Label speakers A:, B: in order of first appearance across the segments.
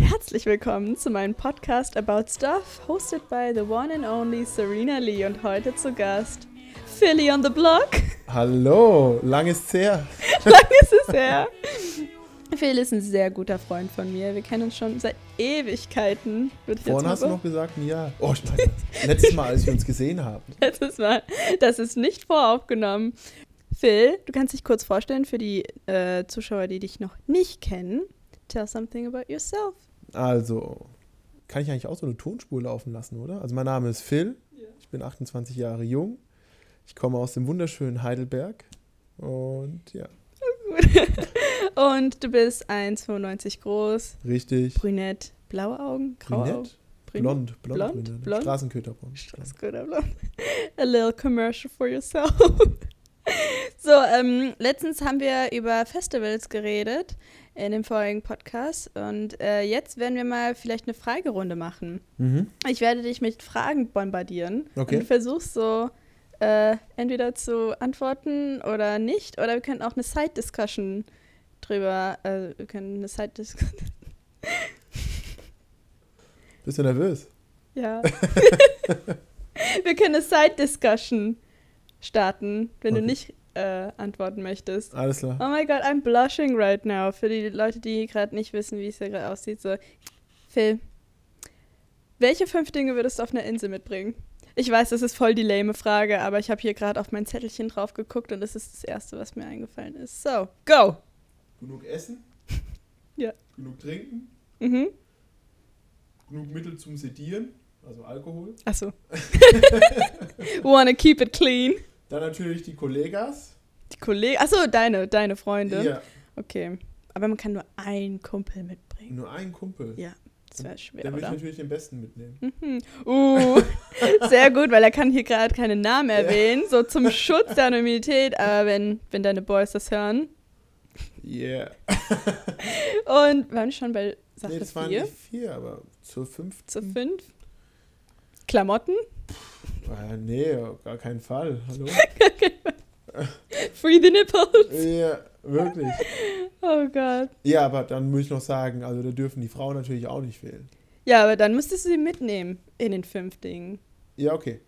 A: herzlich willkommen zu meinem Podcast About Stuff, hosted by the one and only Serena Lee und heute zu Gast Philly on the Block.
B: Hallo, lang ist's her.
A: Lang ist es her. Phil ist ein sehr guter Freund von mir. Wir kennen uns schon seit Ewigkeiten. Würde ich jetzt
B: Vorhin
A: mal
B: hast du
A: be-
B: noch gesagt, ein Jahr. Oh, ich meine, letztes Mal, als wir uns gesehen haben.
A: Letztes Mal. Das ist nicht voraufgenommen. Phil, du kannst dich kurz vorstellen für die äh, Zuschauer, die dich noch nicht kennen. Tell something about yourself.
B: Also, kann ich eigentlich auch so eine Tonspur laufen lassen, oder? Also, mein Name ist Phil. Ich bin 28 Jahre jung. Ich komme aus dem wunderschönen Heidelberg. Und ja,
A: Und du bist 1,95 groß,
B: richtig.
A: brünett, blaue Augen, graue Augen.
B: Brünett? Blond, blond,
A: Blond,
B: brünett.
A: blond.
B: Straßenköterblond.
A: Straßguter Blond. A little commercial for yourself. So, ähm, letztens haben wir über Festivals geredet in dem vorigen Podcast und äh, jetzt werden wir mal vielleicht eine Fragerunde machen.
B: Mhm.
A: Ich werde dich mit Fragen bombardieren.
B: Okay.
A: Und du versuchst so äh, entweder zu antworten oder nicht. Oder wir können auch eine Side-Discussion drüber. Äh, wir können eine Side-Discussion.
B: Bist du nervös?
A: Ja. wir können eine Side-Discussion starten, wenn du
B: Okay.
A: nicht äh, antworten möchtest.
B: Alles klar.
A: Oh mein Gott, I'm blushing right now. Für die Leute, die gerade nicht wissen, wie es hier gerade aussieht. So, Phil, welche fünf Dinge würdest du auf einer Insel mitbringen? Ich weiß, das ist voll die lame Frage, aber ich habe hier gerade auf mein Zettelchen drauf geguckt und das ist das Erste, was mir eingefallen ist. So, go!
B: Genug Essen?
A: Ja.
B: Genug Trinken?
A: Mhm.
B: Genug Mittel zum Sedieren? Also Alkohol?
A: Achso. Wanna keep it clean.
B: Dann natürlich die Kollegas.
A: Die Kollegen. Achso, deine, deine Freunde.
B: Ja,
A: Okay. Aber man kann nur einen Kumpel mitbringen.
B: nur ein Kumpel.
A: Ja, Das wäre schwer,
B: Dann würde ich
A: oder?
B: natürlich den besten mitnehmen.
A: Mhm. Uh, sehr gut, weil er kann hier gerade keinen Namen erwähnen, so zum Schutz der Anonymität, aber wenn, wenn deine Boys das hören.
B: Yeah.
A: Und waren wir schon bei
B: Nee,
A: Sache
B: das waren
A: 4
B: nicht Hm. vier, aber zur fünften.
A: zu 5? Klamotten?
B: Ah, nee, auf gar keinen Fall. Hallo?
A: Free the nipples?
B: ja, wirklich.
A: Oh Gott.
B: Ja, aber dann muss ich noch sagen, also da dürfen die Frauen natürlich auch nicht fehlen.
A: Ja, aber dann müsstest du sie mitnehmen in den fünf Dingen.
B: Ja, okay.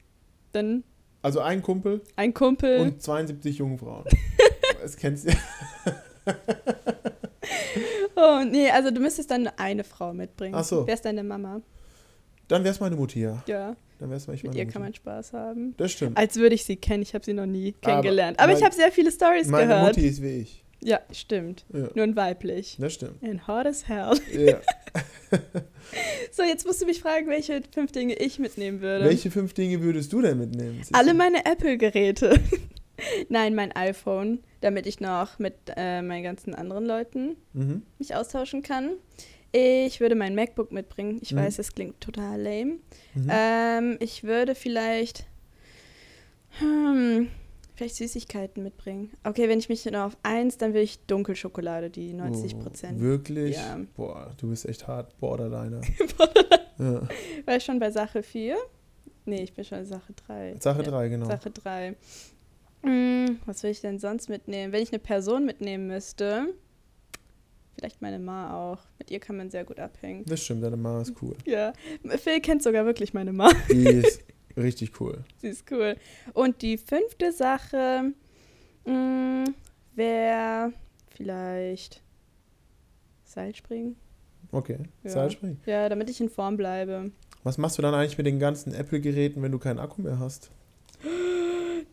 A: Dann
B: Also ein Kumpel
A: ein Kumpel.
B: und 72 Jungfrauen. das kennst du.
A: oh nee, also du müsstest dann nur eine Frau mitbringen.
B: Ach so.
A: Wer ist deine Mama?
B: Dann wär's meine Mutti, ja.
A: Ja,
B: Dann wär's meine
A: mit
B: Mutti.
A: ihr kann man Spaß haben.
B: das stimmt.
A: Als würde ich sie kennen, ich habe sie noch nie kennengelernt. Aber,
B: Aber
A: ich habe sehr viele Stories
B: Meine
A: gehört.
B: Mutti ist wie ich.
A: Ja, stimmt.
B: Ja,
A: Nur in weiblich.
B: das stimmt.
A: And hot as hell.
B: Ja.
A: So, jetzt musst du mich fragen, welche fünf Dinge ich mitnehmen würde.
B: Welche fünf Dinge würdest du denn mitnehmen? Sissi?
A: Alle meine Apple-Geräte. Nein, mein iPhone, damit ich noch mit äh, meinen ganzen anderen Leuten
B: Mhm.
A: mich austauschen kann. Ich würde mein MacBook mitbringen. Ich
B: Mhm.
A: weiß, das klingt total lame.
B: Mhm.
A: Ähm, ich würde vielleicht. Hm, vielleicht Süßigkeiten mitbringen. Okay, wenn ich mich nur auf eins, dann will ich Dunkelschokolade, die 90 Prozent.
B: Oh, wirklich?
A: Ja.
B: Boah, du bist echt hart Borderliner. ja.
A: War ich schon bei Sache 4? Nee, ich bin schon bei Sache 3.
B: Sache 3, genau.
A: Sache 3. Hm, was will ich denn sonst mitnehmen? Wenn ich eine Person mitnehmen müsste, vielleicht meine Ma auch. Mit ihr kann man sehr gut abhängen.
B: Das stimmt, deine Mama ist cool.
A: Ja, Phil kennt sogar wirklich meine Ma.
B: Die ist richtig cool.
A: Sie ist cool. Und die fünfte Sache hm, wäre vielleicht Seilspringen.
B: Okay,
A: Ja.
B: Seilspringen.
A: Ja, damit ich in Form bleibe.
B: Was machst du dann eigentlich mit den ganzen Apple-Geräten, wenn du keinen Akku mehr hast?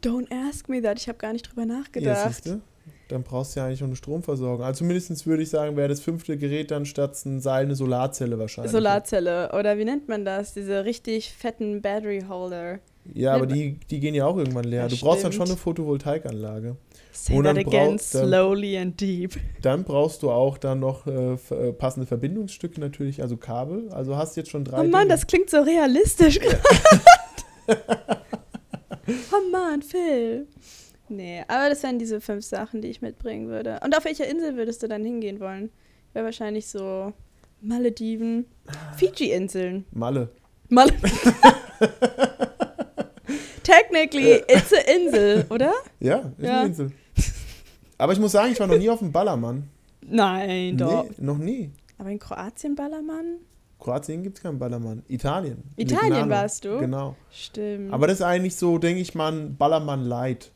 A: Don't ask me that. Ich habe gar nicht drüber
B: Ja,
A: nachgedacht.
B: siehste? dann brauchst du ja eigentlich noch eine Stromversorgung. Also mindestens würde ich sagen, wäre das fünfte Gerät dann statt ein Seil eine Solarzelle wahrscheinlich.
A: Solarzelle oder wie nennt man das? Diese richtig fetten Battery Holder.
B: Ja, aber die, die gehen ja auch irgendwann leer.
A: Ja,
B: du brauchst dann
A: stimmt.
B: schon eine Photovoltaikanlage.
A: Say
B: Und
A: that
B: dann
A: again
B: braucht, ähm,
A: slowly and deep.
B: Dann brauchst du auch dann noch äh, f- äh, passende Verbindungsstücke natürlich, also Kabel. Also hast jetzt schon drei
A: Oh Mann,
B: Dinge.
A: das klingt so realistisch gerade. oh Mann, Phil. Nee, aber das wären diese fünf Sachen, die ich mitbringen würde. Und auf welcher Insel würdest du dann hingehen wollen? Wäre wahrscheinlich so Malediven, Fiji-Inseln.
B: Malle.
A: Mal Technically, it's a Insel, oder?
B: Ja, ist
A: Ja.
B: eine Insel. Aber ich muss sagen, ich war noch nie auf dem Ballermann.
A: Nein, doch.
B: Nee, noch nie.
A: Aber in Kroatien Ballermann?
B: Kroatien gibt es keinen Ballermann. Italien.
A: Italien
B: Legnano.
A: warst du? Mhm.
B: Genau.
A: Stimmt.
B: Aber das ist eigentlich so, denke ich mal, ein Ballermann-Light.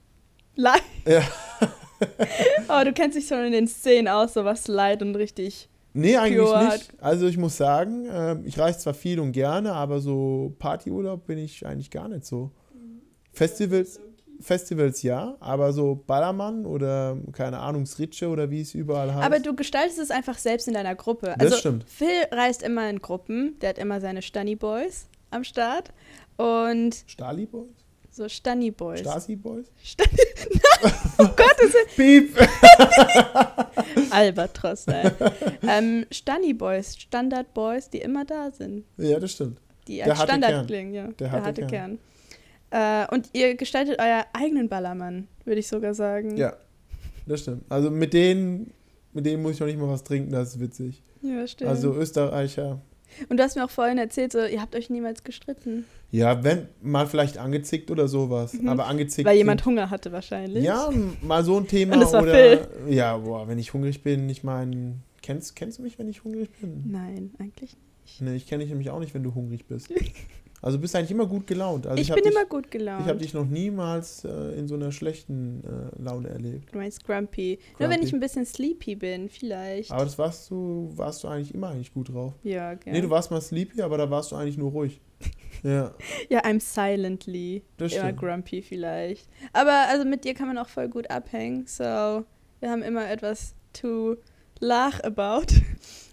A: Light.
B: Ja.
A: oh, du kennst dich schon in den Szenen aus, so was light und richtig.
B: Nee, eigentlich
A: Pure
B: nicht. Also ich muss sagen, ähm, ich reise zwar viel und gerne, aber so Partyurlaub bin ich eigentlich gar nicht so. Festivals, Festivals ja, aber so Ballermann oder keine Ahnung, Sritsche oder wie es überall heißt.
A: Aber du gestaltest es einfach selbst in deiner Gruppe.
B: Das
A: Also
B: stimmt.
A: Phil reist immer in Gruppen, der hat immer seine Stunny Boys am Start. Und
B: Stali Boys?
A: so Stunny Boys.
B: Stasi Boys?
A: Stunny
B: Piep!
A: Albatros, nein. ähm, Stunny Boys, Standard Boys, die immer da sind.
B: Ja, das stimmt.
A: Die
B: Der
A: als
B: harte
A: Standard
B: Kern.
A: klingen, ja. Der,
B: harte
A: harte
B: Kern.
A: Kern. Äh, und ihr gestaltet euer eigenen Ballermann, würde ich sogar sagen.
B: Ja, das stimmt. Also mit denen, mit denen muss ich noch nicht mal was trinken, das ist witzig.
A: ja stimmt.
B: Also Österreicher.
A: und du hast mir auch vorhin erzählt, so, ihr habt euch niemals gestritten.
B: Ja, wenn mal vielleicht angezickt oder sowas, aber angezickt.
A: Mhm. Weil jemand Hunger hatte wahrscheinlich.
B: Ja, m- mal so ein Thema
A: Und es war
B: oder
A: Phil.
B: ja, boah, wenn ich hungrig bin, ich meine, kennst, kennst du mich, wenn ich hungrig bin?
A: Nein, eigentlich nicht.
B: Nee, ich kenne dich nämlich auch nicht, wenn du hungrig bist. Also du bist eigentlich immer gut gelaunt. Also
A: ich
B: hab
A: bin
B: dich,
A: immer gut gelaunt.
B: ich habe dich noch niemals äh, in so einer schlechten äh, Laune erlebt.
A: du meinst grumpy. Nur wenn
B: Grumpy. Ah.
A: ich ein bisschen sleepy bin, vielleicht.
B: Aber das warst du, warst du eigentlich immer eigentlich gut drauf.
A: ja, gell.
B: Nee, du warst mal sleepy, aber da warst du eigentlich nur ruhig. Ja,
A: ja, I'm silently.
B: das
A: immer
B: stimmt.
A: grumpy vielleicht. Aber also mit dir kann man auch voll gut abhängen. So, wir haben immer etwas to laugh about.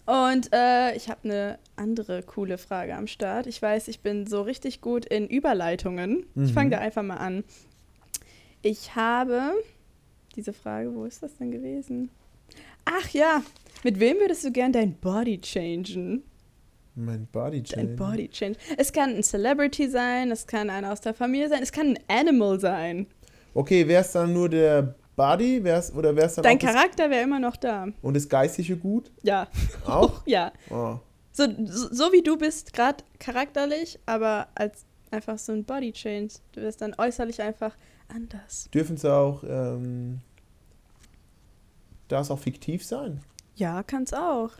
A: Und äh, ich habe eine andere coole Frage am Start. Ich weiß, ich bin so richtig gut in Überleitungen. Ich
B: Mhm.
A: fange da einfach mal an. Ich habe diese Frage, wo ist das denn gewesen? Ach ja, mit wem würdest du gern dein Body changen?
B: Mein Body Change.
A: Ein Body Change. Es kann ein Celebrity sein, es kann einer aus der Familie sein, es kann ein Animal sein.
B: Okay, wär's dann nur der Body, wär's oder wär's dann
A: Dein
B: auch das,
A: Charakter wäre immer noch da.
B: und das geistige Gut
A: Ja,
B: auch?
A: ja.
B: Oh.
A: So, so, so wie du bist, gerade charakterlich, aber als einfach so ein Body Change. Du wirst dann äußerlich einfach anders.
B: Dürfen sie auch, ähm, darf es auch fiktiv sein?
A: Ja, kann's auch.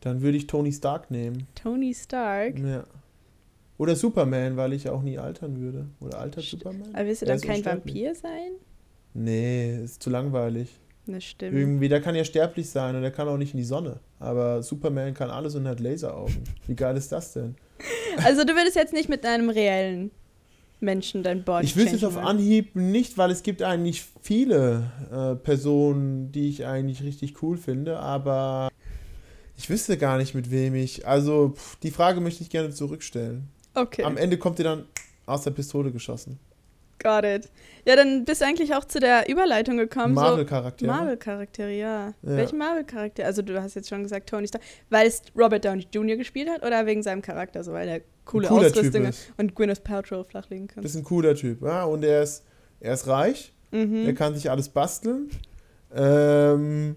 B: Dann würde ich Tony Stark nehmen.
A: Tony Stark.
B: Ja. Oder Superman, weil ich auch nie altern würde. Oder alter
A: St- äh
B: Superman?
A: Aber willst du
B: Er
A: dann
B: ist
A: kein
B: unsterblich.
A: Vampir sein?
B: Nee, ist zu langweilig.
A: Das stimmt.
B: Irgendwie, der kann ja sterblich sein und der kann auch nicht in die Sonne. Aber Superman kann alles und hat Laseraugen. Wie geil ist das denn?
A: Also du würdest jetzt nicht mit einem reellen Menschen dein Body
B: Ich wüsste es
A: changen
B: auf
A: wollen.
B: Anhieb nicht, weil es gibt eigentlich viele äh, Personen, die ich eigentlich richtig cool finde, aber ich wüsste gar nicht, mit wem ich. Also, pff, die Frage möchte ich gerne zurückstellen.
A: Okay.
B: Am Ende kommt ihr dann aus der Pistole geschossen.
A: Got it. Ja, dann bist du eigentlich auch zu der Überleitung gekommen. So
B: Marvel-Charakter.
A: Marvel-Charaktere, ja.
B: Ja.
A: Welchen Marvel-Charakter? Also du hast jetzt schon gesagt Tony Stark, weil es Robert Downey Jr. gespielt hat oder wegen seinem Charakter, so weil er coole
B: Ein cooler
A: Ausrüstung
B: Typ
A: hat
B: ist.
A: und Gwyneth Paltrow flachlegen kann.
B: Das ist ein cooler Typ. Ja? Und er ist, er ist reich, er
A: Mhm.
B: kann sich alles basteln. Ähm,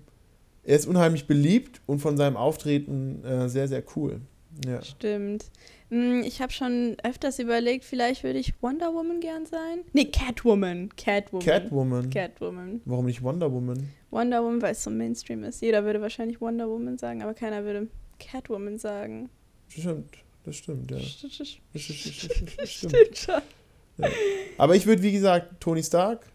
B: er ist unheimlich beliebt und von seinem Auftreten äh, sehr, sehr cool. Ja.
A: Stimmt. Hm, Ich habe schon öfters überlegt, vielleicht würde ich Wonder Woman gern sein. Nee, Catwoman. Catwoman.
B: Catwoman.
A: Catwoman.
B: Warum nicht Wonder Woman?
A: Wonder Woman, weil es so Mainstream ist. Jeder würde wahrscheinlich Wonder Woman sagen, aber keiner würde Catwoman sagen.
B: Das stimmt, das stimmt, ja.
A: Sch- sch- sch-
B: Das ist- das ist- das ist- das stimmt.
A: Stimmt schon.
B: Aber ich würde, wie gesagt, Tony Stark,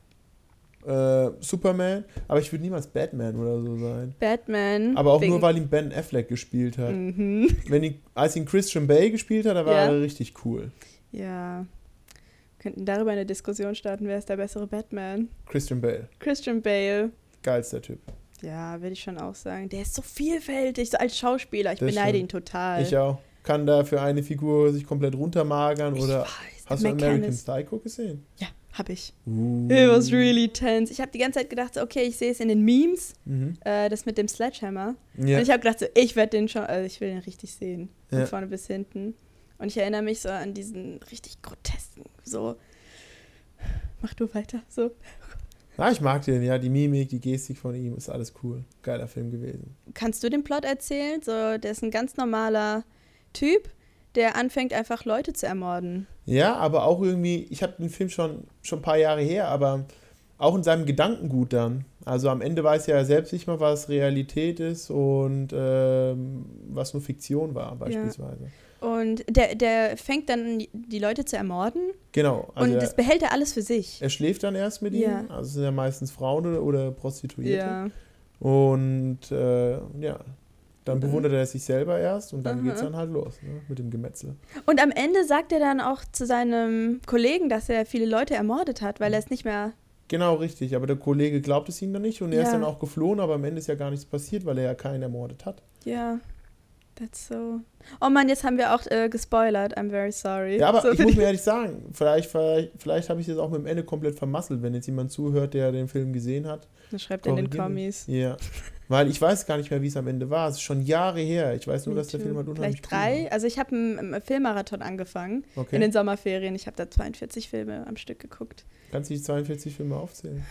B: äh, Superman, aber ich würde niemals Batman oder so sein.
A: Batman.
B: Aber auch
A: Mhm. wegen-
B: nur, weil ihn Ben Affleck gespielt hat.
A: Mhm.
B: Wenn ihn, als ihn Christian Bale gespielt hat, da war
A: Ja.
B: er richtig cool.
A: Ja. Wir könnten darüber eine Diskussion starten, wer ist der bessere Batman?
B: Christian Bale,
A: Christian Bale.
B: geilster Typ.
A: Ja, würde ich schon auch sagen. Der ist so vielfältig, so als Schauspieler. Ich
B: Das
A: beneide
B: stimmt.
A: ihn total.
B: Ich auch. Kann da für eine Figur sich komplett runtermagern
A: Ich
B: oder...
A: weiß,
B: Hast du American
A: McCandless.
B: Psycho gesehen?
A: Ja, hab ich.
B: Uh.
A: It was really tense. Ich habe die ganze Zeit gedacht, so, okay, ich sehe es in den Memes,
B: Mhm.
A: äh, das mit dem Sledgehammer.
B: Ja.
A: Und ich habe gedacht, so, ich werde den schon, also ich will den richtig sehen. Von
B: Ja.
A: vorne bis hinten. Und ich erinnere mich so an diesen richtig grotesken, so, mach du weiter, so.
B: Ah, ich mag den, ja. Die Mimik, die Gestik von ihm ist alles cool. Geiler Film gewesen.
A: Kannst du den Plot erzählen? So, der ist ein ganz normaler Typ, der anfängt einfach Leute zu ermorden.
B: Ja, aber auch irgendwie, ich habe den Film schon, schon ein paar Jahre her, aber auch in seinem Gedankengut dann. Also am Ende weiß er ja selbst nicht mal, was Realität ist und ähm, was nur Fiktion war, beispielsweise.
A: Und der, der fängt dann an, die- die Leute zu ermorden
B: Genau. Also
A: und das
B: er,
A: behält er alles für sich.
B: er schläft dann erst mit
A: Ja.
B: ihnen. Also es sind ja meistens Frauen oder, oder Prostituierte.
A: Ja.
B: Und äh, ja, dann
A: Und dann-
B: bewundert er sich selber erst und dann
A: Mhm. Aha.
B: geht's dann halt los ne, mit dem Gemetzel.
A: Und am Ende sagt er dann auch zu seinem Kollegen, dass er viele Leute ermordet hat, weil er es nicht mehr.
B: Genau, richtig. Aber der Kollege glaubt es ihm dann nicht und er ist
A: Ja.
B: dann auch geflohen, aber am Ende ist ja gar nichts passiert, weil er ja keinen ermordet hat.
A: Ja. That's so. Oh Mann, jetzt haben wir auch äh, gespoilert. I'm very sorry.
B: Ja, aber
A: so
B: ich
A: für
B: muss
A: die-
B: mir ehrlich sagen, vielleicht, vielleicht, vielleicht habe ich es jetzt auch mit dem Ende komplett vermasselt, wenn jetzt jemand zuhört, der den Film gesehen hat.
A: Das schreibt er in den
B: korrigieren.
A: Kommis.
B: Ja. Weil ich weiß gar nicht mehr, wie es am Ende war. Es ist schon Jahre her. Ich weiß nur, dass der Film halt unheimlich
A: Vielleicht
B: cool
A: drei.
B: war.
A: Also ich habe einen, einen Filmmarathon angefangen in
B: Okay.
A: den Sommerferien. Ich habe da 42 Filme am Stück geguckt.
B: Kannst du die 42 Filme aufzählen?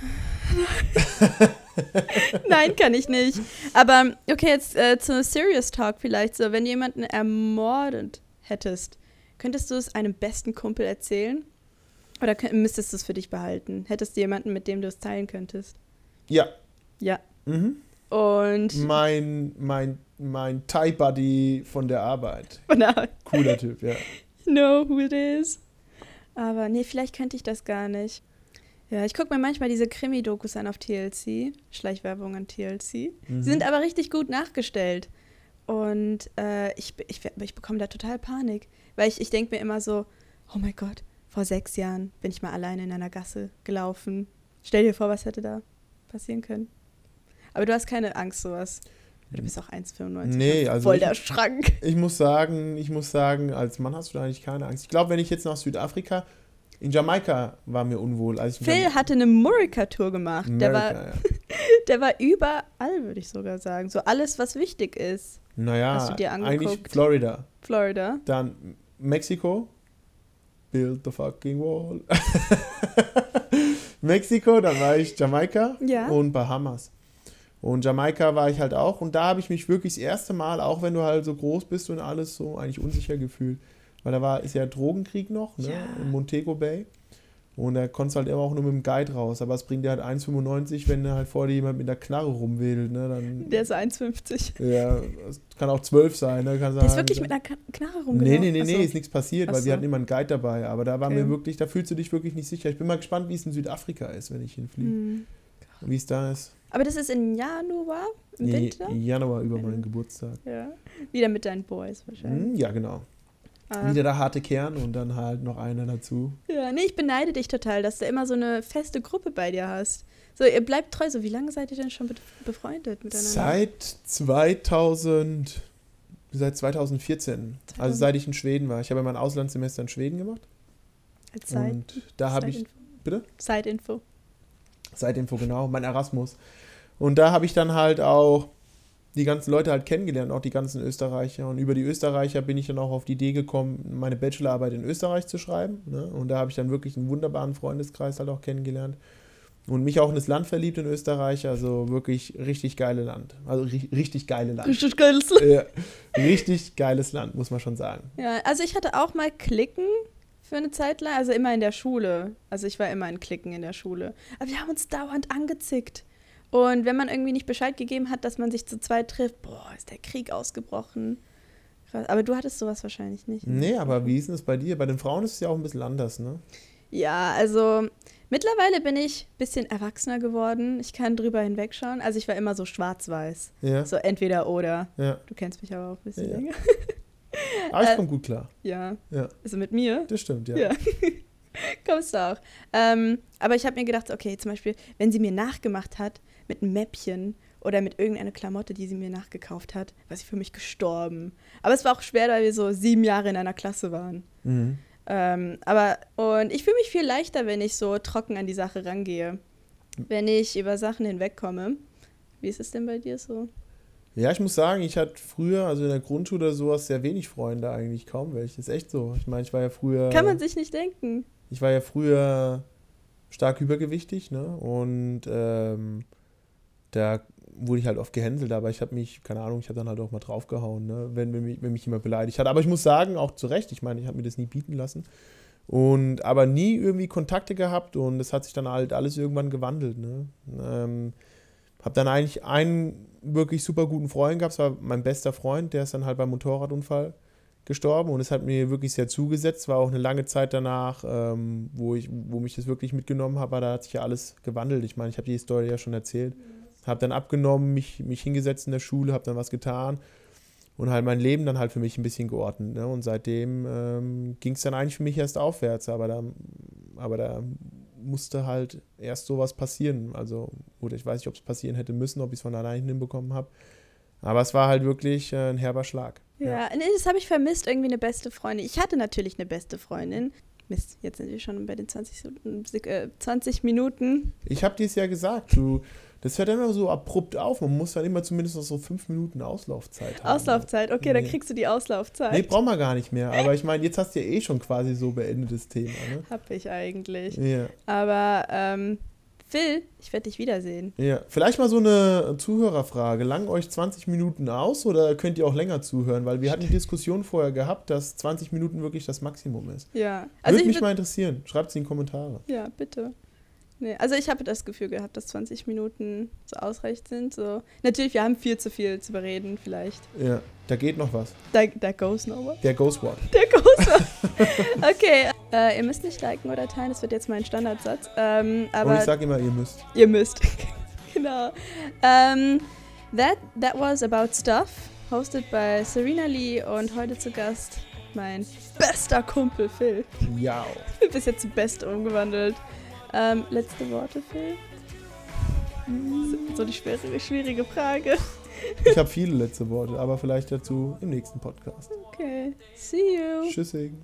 A: Nein, kann ich nicht. Aber okay, jetzt äh, zu Serious Talk vielleicht. So, wenn du jemanden ermordet hättest, könntest du es einem besten Kumpel erzählen? Oder kö- müsstest du es für dich behalten? Hättest du jemanden, mit dem du es teilen könntest?
B: Ja.
A: Ja.
B: Mhm.
A: Und
B: Mein, mein, mein Thai-Buddy von der Arbeit.
A: von der
B: Cooler Typ, ja.
A: know who it is. Aber nee, vielleicht könnte ich das gar nicht. Ja, ich gucke mir manchmal diese Krimi-Dokus an auf TLC. Schleichwerbung an TLC.
B: Mhm.
A: Sie sind aber richtig gut nachgestellt. Und äh, ich, be- ich, werd- ich bekomme da total Panik. Weil ich, ich denke mir immer so, oh mein Gott, vor sechs Jahren bin ich mal alleine in einer Gasse gelaufen. Stell dir vor, was hätte da passieren können. Aber du hast keine Angst, sowas. Du bist auch 1,95.
B: Nee, also
A: Voll
B: ich-
A: der Schrank.
B: Ich muss sagen, ich muss sagen, als Mann hast du da eigentlich keine Angst. Ich glaube, wenn ich jetzt nach Südafrika, in Jamaika war mir unwohl. Als ich in
A: Phil
B: Jama-
A: hatte eine Murica-Tour gemacht. Der war,
B: Amerika,
A: der war überall, würde ich sogar sagen. So alles, was wichtig ist.
B: ja. Naja,
A: Hast du dir
B: eigentlich
A: angeguckt?
B: Florida.
A: Florida.
B: Dann Mexiko. Build the fucking wall. Mexiko, dann war ich Jamaika
A: Ja.
B: und Bahamas. Und Jamaika war ich halt auch. Und da habe ich mich wirklich das erste Mal, auch wenn du halt so groß bist und alles, so eigentlich unsicher gefühlt. Weil da war, ist ja Drogenkrieg noch, ne?
A: Ja.
B: in Montego Bay. Und da konntest du halt immer auch nur mit dem Guide raus. Aber es bringt dir halt 1,95, wenn da halt vor dir jemand mit der Knarre rumwedelt. Ne? Dann,
A: Der ist 1,50.
B: ja, es kann auch 12 sein. Ne? Kann
A: Der ist
B: sagen,
A: wirklich mit einer Kna- Knarre
B: Nee,
A: rumgelaufen.
B: nee, nee,
A: Ach so.
B: nee, ist nichts passiert,
A: Ach
B: weil
A: so.
B: wir hatten immer einen Guide dabei. Aber da war
A: Okay.
B: mir wirklich, da fühlst du dich wirklich nicht sicher. Ich bin mal gespannt, wie es in Südafrika ist, wenn ich hinfliege.
A: Hm.
B: Wie es da ist.
A: Aber das ist im Januar, im
B: Nee,
A: Winter?
B: Januar über
A: Wenn-
B: meinen Geburtstag.
A: Ja. Wieder mit deinen Boys wahrscheinlich.
B: Hm, ja, genau.
A: Ah.
B: Wieder der harte Kern und dann halt noch einer dazu.
A: Ja, nee, ich beneide dich total, dass du immer so eine feste Gruppe bei dir hast. So, ihr bleibt treu. So, wie lange seid ihr denn schon be befreundet miteinander?
B: Seit 2000, seit 2014, also
A: 2000.
B: seit ich in Schweden war. Ich habe ja mein Auslandssemester in Schweden gemacht.
A: Als Zeit.
B: Und da habe ich
A: Zeitinfo.
B: Bitte?
A: Zeitinfo.
B: Seitdem vor genau, mein Erasmus. Und da habe ich dann halt auch die ganzen Leute halt kennengelernt, auch die ganzen Österreicher. Und über die Österreicher bin ich dann auch auf die Idee gekommen, meine Bachelorarbeit in Österreich zu schreiben. Ne? Und da habe ich dann wirklich einen wunderbaren Freundeskreis halt auch kennengelernt. Und mich auch in das Land verliebt in Österreich, also wirklich richtig geile Land. Also ri richtig geile Land.
A: Richtig geiles
B: ja, richtig geiles Land, muss man schon sagen.
A: Ja, also ich hatte auch mal Klicken für eine Zeit lang, also immer in der Schule. Also ich war immer in Klicken in der Schule. Aber wir haben uns dauernd angezickt. Und wenn man irgendwie nicht Bescheid gegeben hat, dass man sich zu zweit trifft, boah, ist der Krieg ausgebrochen. Krass. Aber du hattest sowas wahrscheinlich nicht. ne?
B: Nee, aber wie ist denn das bei dir? Bei den Frauen ist es ja auch ein bisschen anders, ne?
A: Ja, also mittlerweile bin ich ein bisschen erwachsener geworden. Ich kann drüber hinwegschauen. Also ich war immer so schwarz-weiß.
B: Ja,
A: So entweder oder.
B: ja.
A: Du kennst mich aber auch ein bisschen
B: Ja.
A: länger.
B: Aber ich
A: Äh,
B: komme gut klar.
A: Ja.
B: Ja.
A: Also mit mir.
B: Das stimmt, ja.
A: Ja. Kommst du auch. Ähm, aber ich habe mir gedacht, okay, zum Beispiel, wenn sie mir nachgemacht hat mit einem Mäppchen oder mit irgendeiner Klamotte, die sie mir nachgekauft hat, war sie für mich gestorben. Aber es war auch schwer, weil wir so sieben Jahre in einer Klasse waren.
B: Mhm.
A: Ähm, aber, und ich fühle mich viel leichter, wenn ich so trocken an die Sache rangehe. Wenn ich über Sachen hinwegkomme. Wie ist es denn bei dir so?
B: Ja, ich muss sagen, ich hatte früher, also in der Grundschule oder sowas, sehr wenig Freunde eigentlich, kaum welche. Ist echt so. Ich meine, ich war ja früher.
A: Kann man sich nicht denken.
B: Ich war ja früher stark übergewichtig, ne? Und ähm, da wurde ich halt oft gehänselt, aber ich habe mich, keine Ahnung, ich habe dann halt auch mal draufgehauen, ne? wenn, wenn, mich, wenn mich jemand beleidigt hat. Aber ich muss sagen, auch zu Recht, ich meine, ich habe mir das nie bieten lassen. Und aber nie irgendwie Kontakte gehabt und das hat sich dann halt alles irgendwann gewandelt. Ne? Ähm, Hab dann eigentlich einen wirklich super guten Freund gehabt, das war mein bester Freund, der ist dann halt beim Motorradunfall gestorben und es hat mir wirklich sehr zugesetzt. War auch eine lange Zeit danach, ähm, wo ich, wo mich das wirklich mitgenommen habe, aber da hat sich ja alles gewandelt. Ich meine, ich habe die Story ja schon erzählt. Habe dann abgenommen, mich, mich hingesetzt in der Schule, habe dann was getan und halt mein Leben dann halt für mich ein bisschen geordnet. Ne? Und seitdem ähm, ging es dann eigentlich für mich erst aufwärts, aber da, aber da musste halt erst sowas passieren. Also, oder ich weiß nicht, ob es passieren hätte müssen, ob ich es von alleine hinbekommen habe. Aber es war halt wirklich äh, ein herber Schlag.
A: Ja, nee, das habe ich vermisst, irgendwie eine beste Freundin. Ich hatte natürlich eine beste Freundin. Mist, jetzt sind wir schon bei den 20, Sek- äh, 20 Minuten.
B: Ich habe dir es ja gesagt, du, das hört immer so abrupt auf. Man muss dann immer zumindest noch so fünf Minuten Auslaufzeit haben.
A: Auslaufzeit, okay, dann
B: Nee.
A: kriegst du die Auslaufzeit.
B: Nee, brauchen wir gar nicht mehr. Aber ich meine, jetzt hast du ja eh schon quasi so beendetes Thema.
A: Hab ich eigentlich.
B: Ne? Ja.
A: Aber ähm, Phil, ich werde dich wiedersehen.
B: Ja, vielleicht mal so eine Zuhörerfrage. Langen euch 20 Minuten aus oder könnt ihr auch länger zuhören? Weil wir hatten die Diskussion vorher gehabt, dass 20 Minuten wirklich das Maximum ist.
A: Ja.
B: Würde
A: Also ich
B: mich
A: würd-
B: mal interessieren. Schreibt es in die Kommentare.
A: Ja, bitte. Nee, also ich habe das Gefühl gehabt, dass 20 Minuten so ausreichend sind. So. Natürlich, wir haben viel zu viel zu bereden, vielleicht.
B: Ja, da geht noch was.
A: Da, da goes no one.
B: Der Ghost Walk.
A: Der große. Okay, äh, ihr müsst nicht liken oder teilen, das wird jetzt mein Standardsatz. Ähm,
B: Und ich
A: aber
B: sage immer, ihr müsst.
A: ihr müsst. genau. Ähm, that, that was about stuff, hosted by Serena Lee und heute zu Gast mein bester Kumpel Phil.
B: Ja.
A: Bis jetzt zu Best umgewandelt. Ähm, letzte Worte, Phil? So- So die schwierige, schwierige Frage.
B: Ich habe viele letzte Worte, aber vielleicht dazu im nächsten Podcast.
A: Okay. See you.
B: Tschüssing.